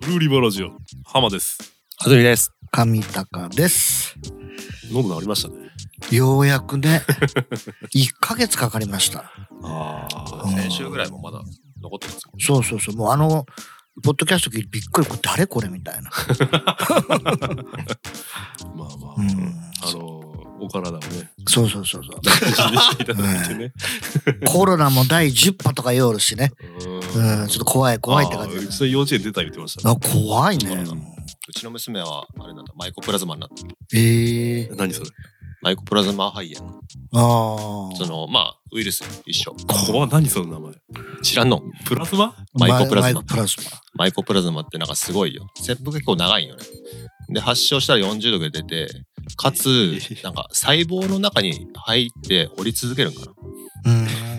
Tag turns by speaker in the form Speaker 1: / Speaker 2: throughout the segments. Speaker 1: ブルーリバーラジオ浜です
Speaker 2: はずみです。
Speaker 3: 神高です。
Speaker 1: 喉治りましたね
Speaker 3: ようやく ね、1ヶ月かかりました。
Speaker 1: ああ
Speaker 2: 先週ぐらいもまだ残ってますもんね
Speaker 3: そうそうそう、もうあの、ポッドキャスト聞いてびっくり、これ誰これみたいな。
Speaker 1: まあまあ、
Speaker 3: うん。
Speaker 1: あのお体をね
Speaker 3: そうそうそうそう。
Speaker 1: 大事にしていただいてね、
Speaker 3: コロナも第10波とか夜しね。
Speaker 1: う
Speaker 3: うん、ちょっと怖い怖いって感じ
Speaker 1: あ
Speaker 3: で
Speaker 1: ー
Speaker 3: す。
Speaker 1: それ幼稚園出た言ってました
Speaker 3: あ
Speaker 1: ね、
Speaker 3: 怖いね。
Speaker 2: うちの娘は、あれなんだ、マイコプラズマになって、
Speaker 3: ええ
Speaker 1: 何それ
Speaker 2: マイコプラズマ肺炎。
Speaker 3: あ
Speaker 2: その、まあ、ウイルス一緒。
Speaker 1: 怖何その名前
Speaker 2: 知らんの
Speaker 1: プラズマ
Speaker 3: あ。
Speaker 2: マイコプラズ
Speaker 3: マ
Speaker 2: マ
Speaker 3: イコプラズ
Speaker 2: マイコプラズマってなんかすごいよ。切腹結構長いんよね。で、発症したら40度が出て、かつ、なんか細胞の中に入って折り続けるんかな。
Speaker 3: マ。う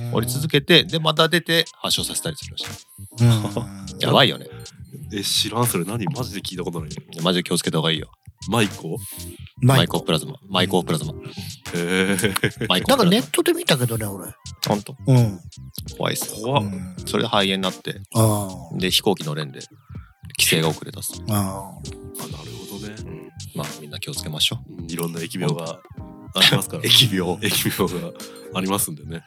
Speaker 3: ん。
Speaker 2: 折り続けて、で、また出て発症させたりするらし
Speaker 3: うん。
Speaker 2: い。やばいよね。
Speaker 1: え知らんそれ何マジで聞いたことない
Speaker 2: マジで気をつけた方がいいよ。
Speaker 1: マイコ
Speaker 2: マ
Speaker 3: マ
Speaker 2: イ
Speaker 3: イ
Speaker 2: コ
Speaker 3: コ。
Speaker 2: プラズマ。マイコプラ ズ
Speaker 1: へ
Speaker 2: マ。
Speaker 1: え
Speaker 2: マイコ
Speaker 3: なんか
Speaker 2: プラズマ。
Speaker 3: ネットで見たけどね、俺。
Speaker 2: ほんと
Speaker 3: うん。
Speaker 2: 怖いっすよ。
Speaker 1: 怖っ、
Speaker 3: うん
Speaker 2: それで肺炎になって、
Speaker 3: あー
Speaker 2: で、飛行機乗れんで、規制が遅れたっす。
Speaker 3: あー。
Speaker 1: あなるほどね、
Speaker 2: まあ、みんな気をつけましょう。
Speaker 1: うんいろんな疫病がありますから
Speaker 2: 疫病
Speaker 1: 疫病がありますんでね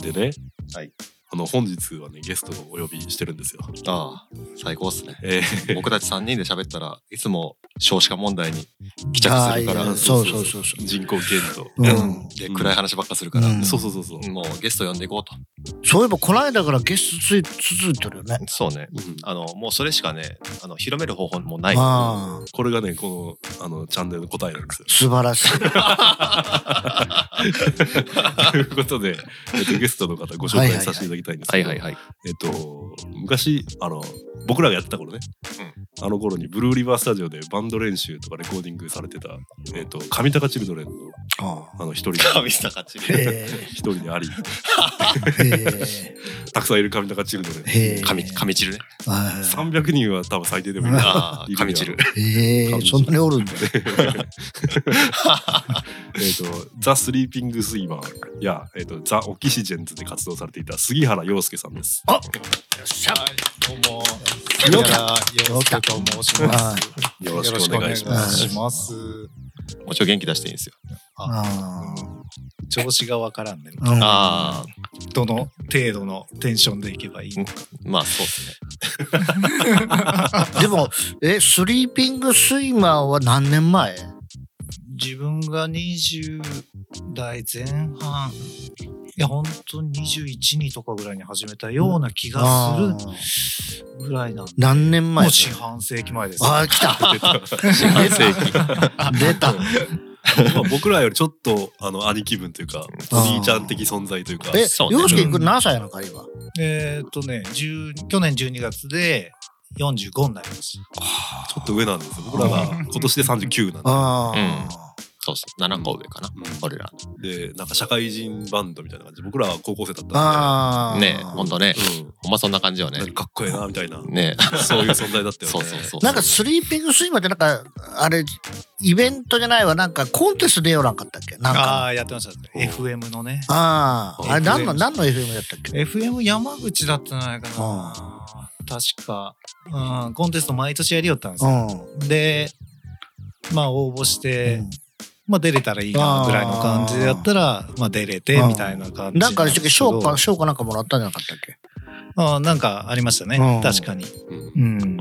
Speaker 1: でね
Speaker 2: はい
Speaker 1: あの本日はねゲストをお呼びしてるんですよ
Speaker 2: ああ、最高っすね。
Speaker 1: えー
Speaker 2: 僕たち3人で喋ったらいつも少子化問題に帰着するか
Speaker 3: あーい
Speaker 2: ら
Speaker 3: やそうそうそうそう。
Speaker 1: 人口減少、
Speaker 3: うん
Speaker 2: で暗い話ばっかするから、
Speaker 3: うん
Speaker 1: そうそうそうそう、うん
Speaker 2: もうゲスト呼んでいこうと
Speaker 3: そういえば、この間からゲストつい続いてるよね。
Speaker 2: そうねあのもうそれしかねあの広める方法もない
Speaker 3: ああ。
Speaker 1: これがねこのあのチャンネルの答えなん ですよ
Speaker 3: 素晴らしい。
Speaker 1: ということで、えっと、ゲストの方ご紹介させていただきたいんですけ
Speaker 2: はい
Speaker 1: ど
Speaker 2: はいはい
Speaker 1: えっと、昔、あの、僕らがやってた頃ね、あの頃にブルーリバースタジオでバンド練習とかレコーディングされてた、えっと、上高チルドレンの、あの、一人で、
Speaker 2: 神坂 チル
Speaker 3: へ
Speaker 1: 一人であり、
Speaker 3: え。へ
Speaker 1: たくさんいる上高チルドレン
Speaker 3: え。。へえ。
Speaker 2: 神神チルね
Speaker 3: はい。
Speaker 1: 300人は多分最低でもいる。
Speaker 2: ああ神チル
Speaker 3: へえ。そんなにおるんだ。
Speaker 1: えっと、ザ・スリーピング・スイマーや、えっと、ザ・オキシジェンズで活動されていた杉原洋介さんです。
Speaker 3: あよっしゃ。
Speaker 4: どうも、
Speaker 3: よ
Speaker 4: 杉
Speaker 3: っ
Speaker 4: 原洋介と申しま
Speaker 3: は
Speaker 4: す。
Speaker 3: い。
Speaker 1: よろしくお願いしま。
Speaker 3: ます
Speaker 4: よろしくお願いします。
Speaker 2: もうちょい元気出していいんですよ
Speaker 3: あ
Speaker 4: 調子がわからんね。
Speaker 3: ーうん
Speaker 2: ああ
Speaker 4: どの程度のテンションでいけばいいのか。
Speaker 2: まあそうっすね
Speaker 3: でも、え、スリーピングスイマーは何年前
Speaker 4: 自分が20代前半、いや、本当に21にとかぐらいに始めたような気が
Speaker 3: あー
Speaker 4: するぐらいなんで、
Speaker 3: 何年
Speaker 4: も
Speaker 3: 前
Speaker 4: う四半世紀前です。
Speaker 3: ああ、来た。
Speaker 2: 半世紀
Speaker 3: 出た。
Speaker 1: まあ僕らよりちょっとあの兄貴分というかお
Speaker 3: あー
Speaker 1: じいちゃん的存在というか
Speaker 3: え
Speaker 2: そう、ね
Speaker 3: 洋介くん何歳なのか、今。
Speaker 4: えーっとね、10去年12月で45になります。
Speaker 1: ちょっと上なんですよ。僕らが今年で39なんで。
Speaker 3: あ
Speaker 2: そうっす7個上かな俺ら
Speaker 1: で、なんか社会人バンドみたいな感じで、僕らは高校生だったんで、
Speaker 3: あ。ああ。
Speaker 2: ねえほんとね
Speaker 1: うん
Speaker 2: ほんまそんな感じよね
Speaker 1: なんかかっこいいなみたいな、
Speaker 2: ね
Speaker 1: そういう存在だったよね。
Speaker 2: そうそうそう
Speaker 3: なんかスリーピングスイマーってなんかあれイベントじゃないわなんかコンテスト出ようなんかあったっけなん
Speaker 4: あ
Speaker 3: か
Speaker 4: あ、やってましたね。
Speaker 1: お
Speaker 4: FM のね。
Speaker 3: あああれ何の
Speaker 4: FM
Speaker 3: 何の FM だったっけ
Speaker 4: FM 山口だったんじゃないかな。確か、うん、コンテスト毎年やりよったんです
Speaker 3: う
Speaker 4: よ。
Speaker 3: ん、
Speaker 4: で、まあ応募して、
Speaker 3: うん
Speaker 4: まあ出れたらいいなぐらいの感じでやったら、まあ出れて
Speaker 3: あー
Speaker 4: みたいな感じ
Speaker 3: なんかあれ賞か
Speaker 4: か
Speaker 3: 賞かなんかもらったんじゃなかったっけ
Speaker 4: あーなんかありましたね、
Speaker 3: うん
Speaker 4: 確かに。
Speaker 1: うん
Speaker 4: うん
Speaker 2: う。ん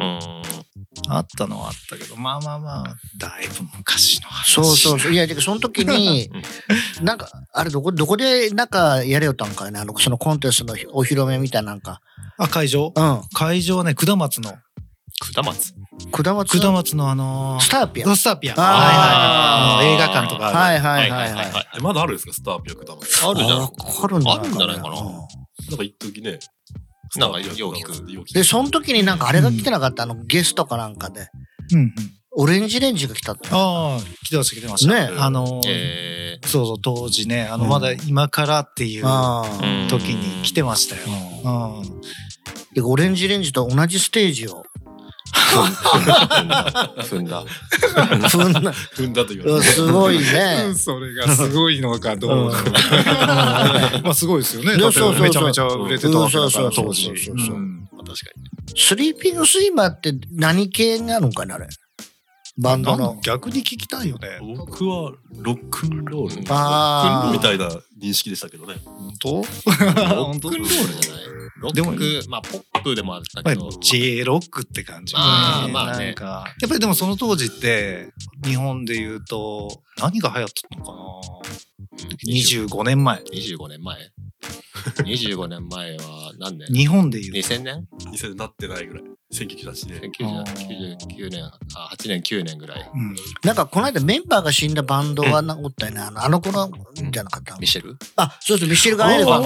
Speaker 4: あったのはあったけど、まあまあまあ、だいぶ昔の話。
Speaker 3: そうそうそういやでその時になんかあれどこどこでなんかやれよったんかいねあのそのコンテストのお披露目みたいなんか
Speaker 4: あ、会場
Speaker 3: うん
Speaker 4: 会場はね、下松の、
Speaker 2: 下松
Speaker 3: 下松
Speaker 4: 下松のあのー
Speaker 3: スターピア
Speaker 4: ドスタピア。
Speaker 3: あー
Speaker 4: はいはいはい。あの映画館とかある。
Speaker 3: はいはいはいはい
Speaker 2: はい
Speaker 1: えまだあるんですかスターピアクダム。
Speaker 2: あるじゃん
Speaker 3: わかるんじゃない
Speaker 2: あるんじゃないかな
Speaker 3: うん
Speaker 1: なんか一時ね、
Speaker 2: なんかよ
Speaker 1: スターピアクダムってよう聞く
Speaker 3: でその時になんかあれが来てなかった、あのゲストかなんかで
Speaker 4: うんうん。
Speaker 3: オレンジレンジが来たって
Speaker 4: ああ、来てました来てました。
Speaker 3: ね
Speaker 4: あのー
Speaker 2: え
Speaker 4: そうそう、当時ね、あの、
Speaker 3: うん
Speaker 4: まだ今からっていう
Speaker 3: ああ、
Speaker 2: ー
Speaker 4: 時に来てましたよ。
Speaker 3: う
Speaker 4: うん。
Speaker 3: でオレンジレンジと同じステージを
Speaker 2: 踏んだ。
Speaker 3: そんな
Speaker 1: 踏んだと言われて
Speaker 3: すごいね。
Speaker 4: それがすごいのかどうか。 まあすごいですよ
Speaker 3: そ
Speaker 4: ね。
Speaker 3: うそうそう
Speaker 4: だってめちゃめちゃ売れてたわけだから
Speaker 3: うんそうそう
Speaker 4: 当
Speaker 3: そ
Speaker 4: 時
Speaker 3: うそうそう。
Speaker 4: うん
Speaker 1: まあ確かに
Speaker 3: スリーピングスイマーって何系なのかなあれ。バンド
Speaker 4: な
Speaker 3: の
Speaker 4: ん。逆に聞きたいよね。
Speaker 1: 僕はロックンロール
Speaker 3: あー
Speaker 1: みたいな認識でしたけどね
Speaker 4: 本当？
Speaker 2: ロ
Speaker 4: 本
Speaker 2: ッ
Speaker 4: 当
Speaker 2: クンロールじゃないロ
Speaker 4: でも
Speaker 2: ック、まあポップでもあった
Speaker 4: ま
Speaker 2: け
Speaker 4: あ
Speaker 2: ど。、
Speaker 4: J ロックって感じ。
Speaker 2: まあまあね
Speaker 4: なんか、やっぱりでもその当時って、日本で言うと、何が流行ってたのかな
Speaker 2: 20
Speaker 4: ?25 年前。
Speaker 2: 25年前 ?25 年前は何年
Speaker 4: 日本で言うと。
Speaker 2: 2000年
Speaker 1: 店になってないぐらい1998年
Speaker 2: ?99 年、あ8年、9年ぐらい。
Speaker 4: うん
Speaker 3: なんかこの間メンバーが死んだバンドはなおったよね。あのあの頃じゃなかった
Speaker 2: ミ。シェル
Speaker 3: あ、そうそう、ミシェルガンエレ
Speaker 1: あ
Speaker 3: バ
Speaker 1: あ
Speaker 3: ン。
Speaker 1: あ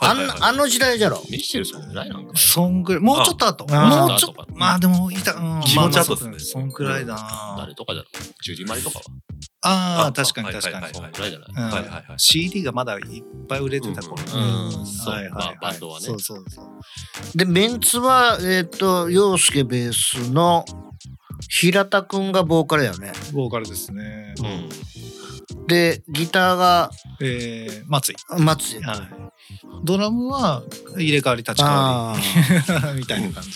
Speaker 3: あんなあの時代じゃろ。
Speaker 2: ミシェルそんぐらいなんかな
Speaker 4: そんぐらい、もうちょっと後。
Speaker 3: あ
Speaker 4: もうちょっ
Speaker 2: あ
Speaker 4: と。まあでも、いた、うん。
Speaker 1: 気持ち後ですね
Speaker 4: まあまあそんくらいだな。
Speaker 2: 誰とかじゃろジュリマリとかは
Speaker 4: ああ、
Speaker 1: あ
Speaker 4: 確かに
Speaker 1: はい
Speaker 4: 確か
Speaker 1: は
Speaker 4: に
Speaker 1: い
Speaker 2: そんぐらいじゃない
Speaker 4: うん
Speaker 1: はいはいはい
Speaker 4: CD がまだいっぱい売れてた頃
Speaker 1: うん
Speaker 3: うん
Speaker 2: そうまあバンドはね
Speaker 4: そうそうそう。
Speaker 3: で、メンツは、えっ、と、洋介ベースの平田くんがボーカルやよね。
Speaker 4: ボーカルですね。
Speaker 1: うん
Speaker 3: で、ギターが
Speaker 4: えー、松井。
Speaker 3: 松井。
Speaker 4: はい。ドラムは入れ替わり立ち替わ
Speaker 3: ああ。
Speaker 4: り みたいな感じ。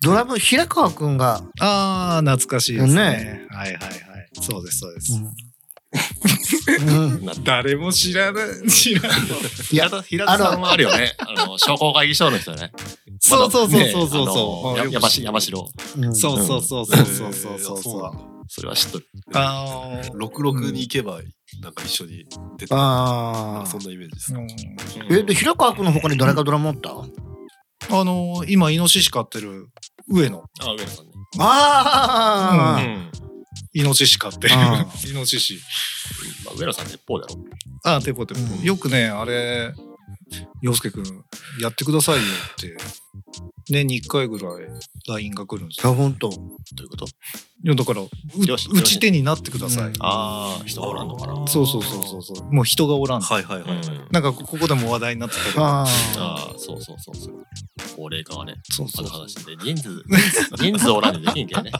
Speaker 3: ドラム、平川くんが。
Speaker 4: ああ、懐かしいですね。
Speaker 3: ね
Speaker 4: はいはいはい。そうですそうです。
Speaker 3: うんうん
Speaker 4: 誰も知らない。知らない。
Speaker 3: いや
Speaker 2: 平田平田さんはあるよね。あの、商工会議所の人ね。
Speaker 4: そうそうそうそうそう
Speaker 2: ま
Speaker 4: そう。
Speaker 2: だねあのや山城山
Speaker 4: し
Speaker 2: 城。
Speaker 3: うん
Speaker 4: そうそうそうそうそうそうそう
Speaker 1: そうなんだ
Speaker 2: それは知っとる。
Speaker 4: あー
Speaker 1: 66に行けばなんか一緒に出てなん
Speaker 3: あ
Speaker 1: か
Speaker 3: あ
Speaker 1: そんなイメージです
Speaker 4: うん
Speaker 3: えで平川君の他に誰がドラム持った、
Speaker 4: あのー今イノシシ飼ってる上野
Speaker 2: あ、上野さんね。
Speaker 3: ああ、
Speaker 4: イノシシ飼ってる
Speaker 3: あ
Speaker 4: イノシシ
Speaker 2: まあ、上野さん鉄砲だろ。
Speaker 4: ああ、テポテポ。
Speaker 3: うん
Speaker 4: よくね、あれ、洋介くん、やってくださいよって、年に1回ぐらい LINE が来るんです
Speaker 3: い
Speaker 4: よ。
Speaker 3: や本当
Speaker 2: どういうこと
Speaker 4: いやだから、う
Speaker 2: よし
Speaker 4: 打ち手になってください。
Speaker 3: うん
Speaker 2: ああ、人がおらんのかな。
Speaker 4: そうそうそうそうそう。もう人がおらん。
Speaker 1: はいはいはいはい
Speaker 4: なんか、ここでも話題になってたけど。
Speaker 3: あ
Speaker 2: ああ、そうそうそうそう。高齢化はね、
Speaker 4: そう
Speaker 2: ま
Speaker 4: そう
Speaker 2: だ
Speaker 4: そう。
Speaker 2: 話してて、人数、 人数おらんでできんけどね。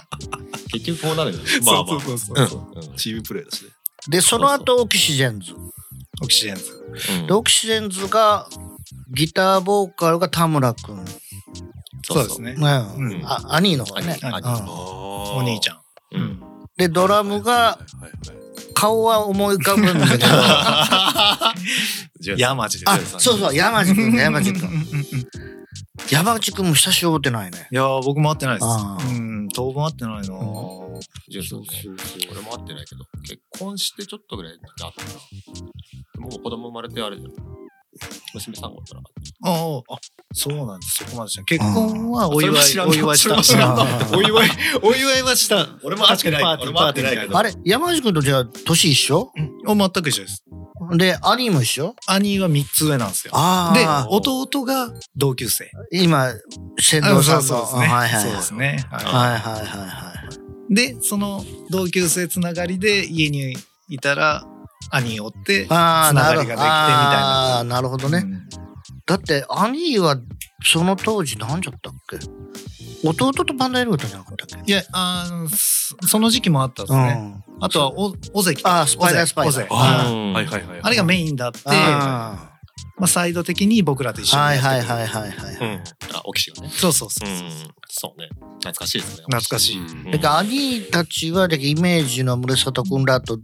Speaker 2: 結局こうなるよね。
Speaker 1: まあま
Speaker 4: そう
Speaker 1: あ
Speaker 4: そうそうそう。
Speaker 2: うん
Speaker 1: チームプレーだしね
Speaker 3: でその後オキシジェンズ
Speaker 4: オキシエンズ。
Speaker 3: でオキシジェンズがギターボーカルが田村君、ね
Speaker 4: そうです。ね。
Speaker 3: うん
Speaker 4: うん
Speaker 3: あ兄の方ね、
Speaker 4: 兄
Speaker 3: うん
Speaker 1: お
Speaker 4: お兄ちゃん。
Speaker 2: うん
Speaker 4: うん
Speaker 3: でドラムが顔は思い浮かぶんだ けどあ
Speaker 4: 山地です。
Speaker 3: そうそう山地 君ね山地
Speaker 4: うんうん
Speaker 3: 君
Speaker 4: うんうんい
Speaker 3: 山内君も久しぶり会うてないね
Speaker 4: やー、 僕も会ってないで
Speaker 3: あ
Speaker 4: す。
Speaker 3: ー
Speaker 4: うん、当分会ってないな
Speaker 2: ああ
Speaker 4: ー。、
Speaker 2: 純粋ね。俺も会ってないけど、結婚してちょっとぐらいだったな。もう子供生まれてあれじゃん。娘さんがおったら。
Speaker 4: ああ、あそうなんです。そこまでした。結婚はお祝い、
Speaker 2: あーそれ
Speaker 4: お
Speaker 2: も知らん
Speaker 4: 祝いし
Speaker 2: それ
Speaker 4: た。
Speaker 3: も知らん
Speaker 4: お祝い、お祝いはした。
Speaker 2: 俺も会ってない
Speaker 4: パーティー
Speaker 2: 俺も会ってないけど
Speaker 3: あれ山内君とじゃあ年一緒
Speaker 4: お全く一緒です。
Speaker 3: で兄も一緒
Speaker 4: 兄は3つ上なんですよ。で
Speaker 3: あ、あ
Speaker 4: 弟が同級生。
Speaker 3: で今仙道さんのはいはい
Speaker 4: そうですね。は
Speaker 3: はいはいはいはい。
Speaker 4: いで、その同級生つながりで家にいたら、兄を追って、
Speaker 3: ああ、
Speaker 4: つな
Speaker 3: な
Speaker 4: がり
Speaker 3: るほど。
Speaker 4: ができてみたいな
Speaker 3: あーなるほどね。
Speaker 4: うん
Speaker 3: だって、兄はその当時何じゃったっけ弟とバンドやることじゃなかったっけ
Speaker 4: いや、あーそその時期もあったんです
Speaker 3: う
Speaker 4: ね。
Speaker 3: ん。
Speaker 4: あとはお、尾関。
Speaker 3: あースパイダースパイダー
Speaker 4: 尾関
Speaker 1: あ
Speaker 4: あ
Speaker 1: ーはいはいはい
Speaker 4: あれがメインだって、ま
Speaker 3: あ
Speaker 4: あ、サイド的に僕らと一
Speaker 3: ー
Speaker 4: 緒にやっ
Speaker 3: は
Speaker 4: て
Speaker 3: い
Speaker 4: くれて。
Speaker 3: はいはいはいはい。
Speaker 1: うん
Speaker 2: あ、オキシがね。
Speaker 4: そうそうそうそう。
Speaker 2: そうね。懐かしいですね。
Speaker 4: 懐かしい。
Speaker 1: うん
Speaker 3: てか、兄たちは、だけイメージの村里君らと
Speaker 4: あ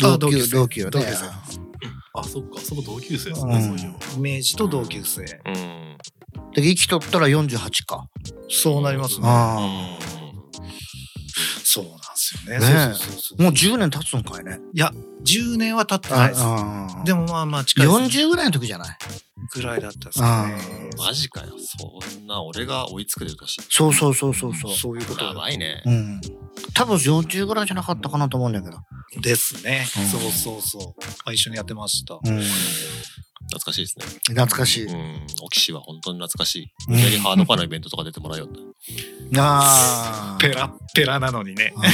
Speaker 3: 同
Speaker 4: 同級
Speaker 3: 級、
Speaker 4: 生
Speaker 3: 同級よ
Speaker 4: 同
Speaker 3: ね
Speaker 4: 級生。
Speaker 1: あそっかそこ同級生です
Speaker 3: う
Speaker 1: ね
Speaker 3: ん
Speaker 1: そういえば
Speaker 4: イメージと同級生。
Speaker 2: うん。
Speaker 3: で、生きとったら48か。
Speaker 4: そうなりますね。
Speaker 3: あ
Speaker 4: そうなんですよね。
Speaker 3: ねえ
Speaker 4: そうそうそう
Speaker 3: あ。もう10年経つんかいね。
Speaker 4: いや、10年は経ってないです。
Speaker 3: あ
Speaker 4: で
Speaker 3: も、
Speaker 4: もまあまあ近いです。
Speaker 3: 40ぐらいの時じゃない
Speaker 4: ぐらいだったですかね。
Speaker 2: マジかよ。そんな俺が追いつくでるかし。
Speaker 3: そうそうそうそうそう。
Speaker 4: そういうこと
Speaker 2: やばいね。
Speaker 3: うん。多分40ぐらいじゃなかったかなと思うんだけど。
Speaker 4: ですね。
Speaker 3: うん
Speaker 4: そうそうそう。まあ一緒にやってました。
Speaker 3: うん。
Speaker 2: 懐かしいですね。
Speaker 3: 懐かしい。
Speaker 2: うん。オキシは本当に懐かしい。
Speaker 3: うん
Speaker 2: 無理やりハードパーのイベントとか出てもらうよって。
Speaker 3: あ
Speaker 4: ペラッペラなのにね
Speaker 3: あー。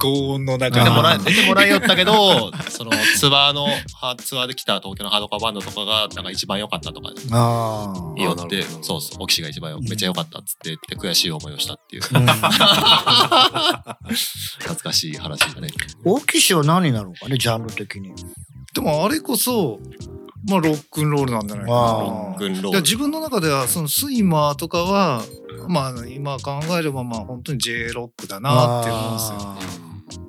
Speaker 4: 強音の中
Speaker 2: 出
Speaker 3: あ
Speaker 2: て
Speaker 3: ー
Speaker 2: もらえ出てもらえよったけど そのツアーのハツアーで来た東京のハードカーバンドとかがなんか一番良かったとか
Speaker 3: あー。
Speaker 2: 言お
Speaker 1: あーな
Speaker 2: っ
Speaker 1: る
Speaker 2: て
Speaker 1: ほど
Speaker 2: そうそうオキシが一番よめっちゃ良かったっつって言って悔しい思いをした っていう懐かしい話だね
Speaker 3: うん大きしは何なのかね、ジャンル的に。
Speaker 4: でもあれこそ、まあ、ロックンロールなんじゃないか
Speaker 3: あー
Speaker 4: な。
Speaker 2: 軍ロ
Speaker 4: いや
Speaker 2: ー
Speaker 4: 自分の中ではそのスイマーとかはまあ今考えればまあ本当に J ロックだなって思うんですよ。
Speaker 3: あ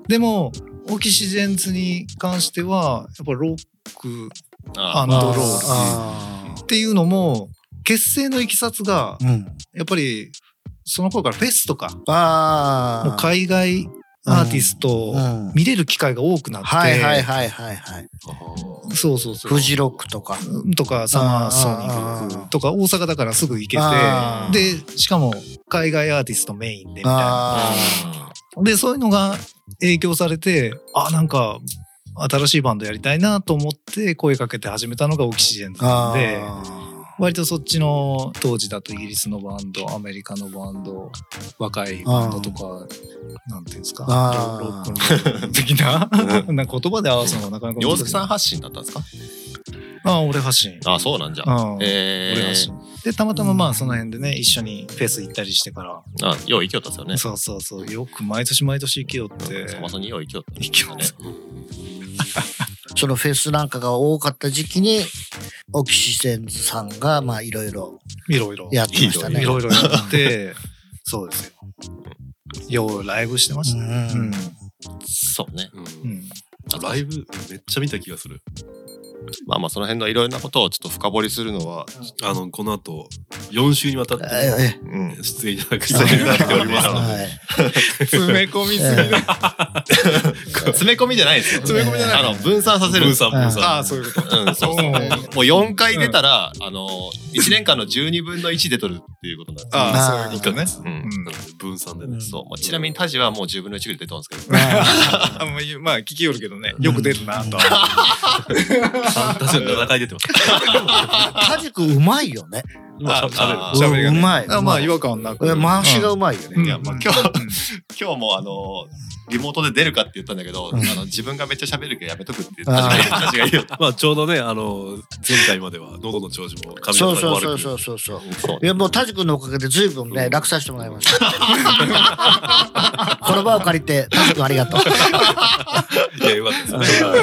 Speaker 3: ー
Speaker 4: でもオキシジェンツに関してはやっぱロック
Speaker 2: あ
Speaker 4: ンドロール
Speaker 3: あ
Speaker 4: っていうのも結成のいきさつが
Speaker 3: ーうん。
Speaker 4: やっぱりその頃からフェスとか
Speaker 3: ああ。
Speaker 4: もう海外アーティストを
Speaker 3: うん
Speaker 4: 見れる機会が多くなって、
Speaker 3: はいはいはいはいはい。
Speaker 4: そうそうそう
Speaker 3: フジロックとか。
Speaker 4: とかサマーソ
Speaker 3: あ
Speaker 4: ニ
Speaker 3: ー
Speaker 4: ックとか大阪だからすぐ行け
Speaker 3: あ
Speaker 4: てでしかも海外アーティストメインでみたいな
Speaker 3: あ
Speaker 4: でそういうのが影響されてあなんか新しいバンドやりたいなと思って声かけて始めたのがオキシジェンズな
Speaker 3: あ
Speaker 4: んで
Speaker 3: ー
Speaker 4: 割とそっちの当時だとイギリスのバンドアメリカのバンド若いバンドとかなんていうんですか
Speaker 3: あー
Speaker 4: ロロックンロール的ななんか言葉で合わすのがなかなか
Speaker 2: 洋
Speaker 4: 難しい
Speaker 2: 介さん発信だったんですか
Speaker 4: ああ俺発信
Speaker 2: あそうなんじゃ
Speaker 4: うん
Speaker 2: え
Speaker 4: 俺
Speaker 2: え
Speaker 4: 発信でたまたままあその辺でね一緒にフェス行ったりしてか
Speaker 2: あよう生きよったっすよね
Speaker 4: らそうそうそうよく毎年毎年行けよって
Speaker 2: サマソによう生きよったっすよね
Speaker 4: 生
Speaker 3: そのフェスなんかが多かった時期に、オキシセンズさんが、まあいろいろ
Speaker 4: いろいろ
Speaker 3: やってましたね。
Speaker 4: いろいろや って、そうですよ。ようライブしてましたね。
Speaker 3: う
Speaker 4: うんん。
Speaker 2: そうね
Speaker 4: うん
Speaker 1: ライブめっちゃ見た気がする。
Speaker 2: まあまあその辺のいろいろなことをちょっと深掘りするのは
Speaker 1: あのこの後4週にわたって
Speaker 3: ええ
Speaker 2: うん
Speaker 1: 出演いただくことになっており ますので。
Speaker 3: はい
Speaker 2: 詰め込
Speaker 3: す
Speaker 2: み
Speaker 3: ぎる
Speaker 2: 詰め込みじゃないですよ
Speaker 3: 詰め込みじゃない
Speaker 2: あの分散させる
Speaker 1: 分散分散。
Speaker 4: ああ、そういうこと。
Speaker 2: うん、そうそう
Speaker 4: うん
Speaker 2: もう4回出たら、あの1年間の12分の1で取るっていうことなんです、
Speaker 4: ああ、そういうこと
Speaker 1: 1ヶ
Speaker 4: ね。
Speaker 1: 月
Speaker 2: うん
Speaker 4: うん
Speaker 1: なので分散でね。
Speaker 2: そうまあちなみにタジはもう10分の1ぐらい出たんですけど、
Speaker 4: あもう言うまあ、聞きよるけどね。よく出るなとは。
Speaker 1: 確かに7回出てます。
Speaker 3: タジ君うまいよね。
Speaker 1: まあ、しゃべる
Speaker 2: あ。
Speaker 4: 喋りが
Speaker 3: う
Speaker 4: ね
Speaker 3: まい。
Speaker 4: あまあ、違
Speaker 3: う
Speaker 4: 和感なく。
Speaker 3: まい回しがうまいよ
Speaker 4: うん。
Speaker 3: ね。
Speaker 2: いやまあ
Speaker 4: うん
Speaker 2: 今日今日もあのリモートで出るかって言ったんだけど、あの自分がめっちゃ喋るけどやめとくってタジがタジが言う
Speaker 1: まあちょうどね、あの、前回までは喉の調子も髪
Speaker 3: そう
Speaker 1: 型も
Speaker 3: そう
Speaker 1: 悪く
Speaker 3: そうそうそうそう。
Speaker 2: そう
Speaker 3: いやもうタジ君のおかげで随分ね、楽させてもらいました。 この場を借りて、タジ君ありがとう。
Speaker 1: いや、よかったですね。う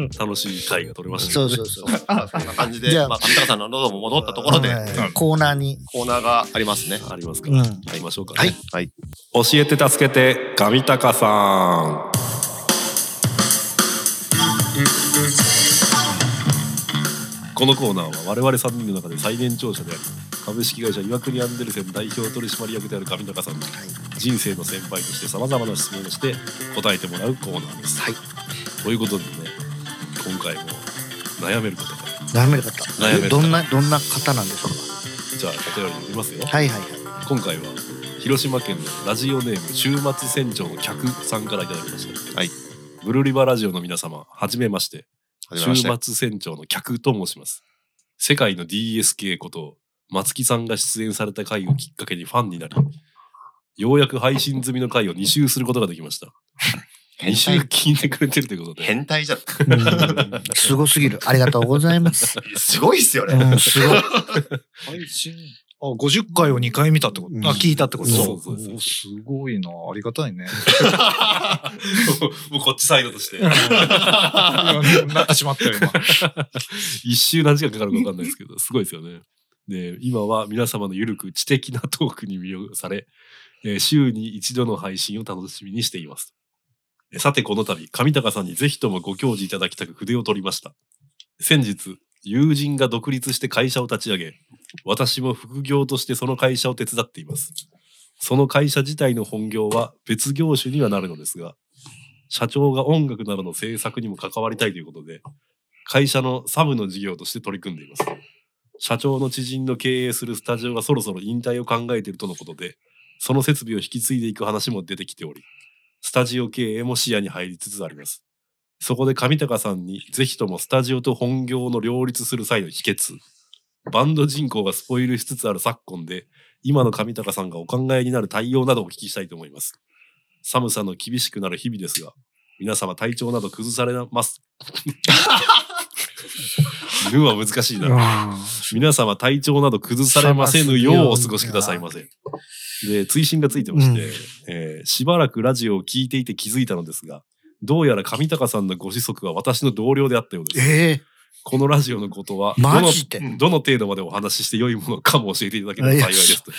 Speaker 1: ん楽しい回が取れましたけ
Speaker 3: そ
Speaker 1: ど
Speaker 3: う
Speaker 1: ね。
Speaker 3: そうそう。
Speaker 2: そんな感じで
Speaker 3: じゃあ
Speaker 2: まあ、上高さんの喉も戻ったところで、
Speaker 3: はいコーナーに。
Speaker 2: コーナーがありますね
Speaker 1: ありますか
Speaker 3: うん
Speaker 1: ら、行きましょうかね。
Speaker 2: はい
Speaker 1: 教えて助けて、上高さん。このコーナーは我々3人の中で最年長者であり株式会社岩国アンデルセン代表取締役である上高さんに人生の先輩としてさまざまな質問をして答えてもらうコーナーです。
Speaker 3: はい
Speaker 1: ということでね今回も悩めることが
Speaker 3: 悩める方。
Speaker 1: 悩める方
Speaker 3: どんな、どんな方なんでしょう
Speaker 1: じゃあお便り読みますよ。
Speaker 3: か。はいはい
Speaker 1: 今回は広島県のラジオネーム週末船長の客さんからいただきました
Speaker 2: はい
Speaker 1: ブルリバラジオの皆様はじめまして
Speaker 2: 始め
Speaker 1: 週
Speaker 2: ました
Speaker 1: 末船長の客と申します世界の DSK こと松木さんが出演された回をきっかけにファンになりようやく配信済みの回を2周することができました2
Speaker 2: 変
Speaker 1: 周
Speaker 2: 態
Speaker 1: 聞いてくれてるということで
Speaker 2: 変態じゃん
Speaker 3: はい。うんすごすぎる。ありがとうございます。
Speaker 2: すごいっすよね、
Speaker 3: うん、すごい。
Speaker 4: 配信。あ、50回を2回見たってこ
Speaker 3: うん
Speaker 4: と。あ、聞いたってこと。
Speaker 1: そうそうそう
Speaker 4: おすごいな。ありがたいね。
Speaker 1: もうこっちサイドとして
Speaker 4: なってしまったよ、今。
Speaker 1: 一周何時間かかるか分かんないですけど、すごいですよね。で、今は皆様のゆるく知的なトークに魅了され、えー週に一度の配信を楽しみにしています。えさて、この度、上高さんにぜひともご教示いただきたく筆を取りました。先日、友人が独立して会社を立ち上げ、私も副業としてその会社を手伝っています。その会社自体の本業は別業種にはなるのですが、社長が音楽などの制作にも関わりたいということで、会社のサブの事業として取り組んでいます。社長の知人の経営するスタジオがそろそろ引退を考えているとのことで、その設備を引き継いでいく話も出てきており、スタジオ経営も視野に入りつつあります。そこで上高さんにぜひともスタジオと本業の両立する際の秘訣、バンド人口がスポイルしつつある昨今で、今の上高さんがお考えになる対応などをお聞きしたいと思います。寒さの厳しくなる日々ですが、皆様体調など崩されます。 ぬは難しいな。皆様体調など崩されませぬようお過ごしくださいませ。で、追伸がついてまして、
Speaker 3: うん
Speaker 1: えーしばらくラジオを聞いていて気づいたのですが、どうやら上高さんのご子息は私の同僚であったようです。
Speaker 3: ええ
Speaker 1: このラジオのことは、ど
Speaker 3: マ
Speaker 1: の
Speaker 3: ジで
Speaker 1: どの程度までお話しして良いものかも教えていただければ幸いですと。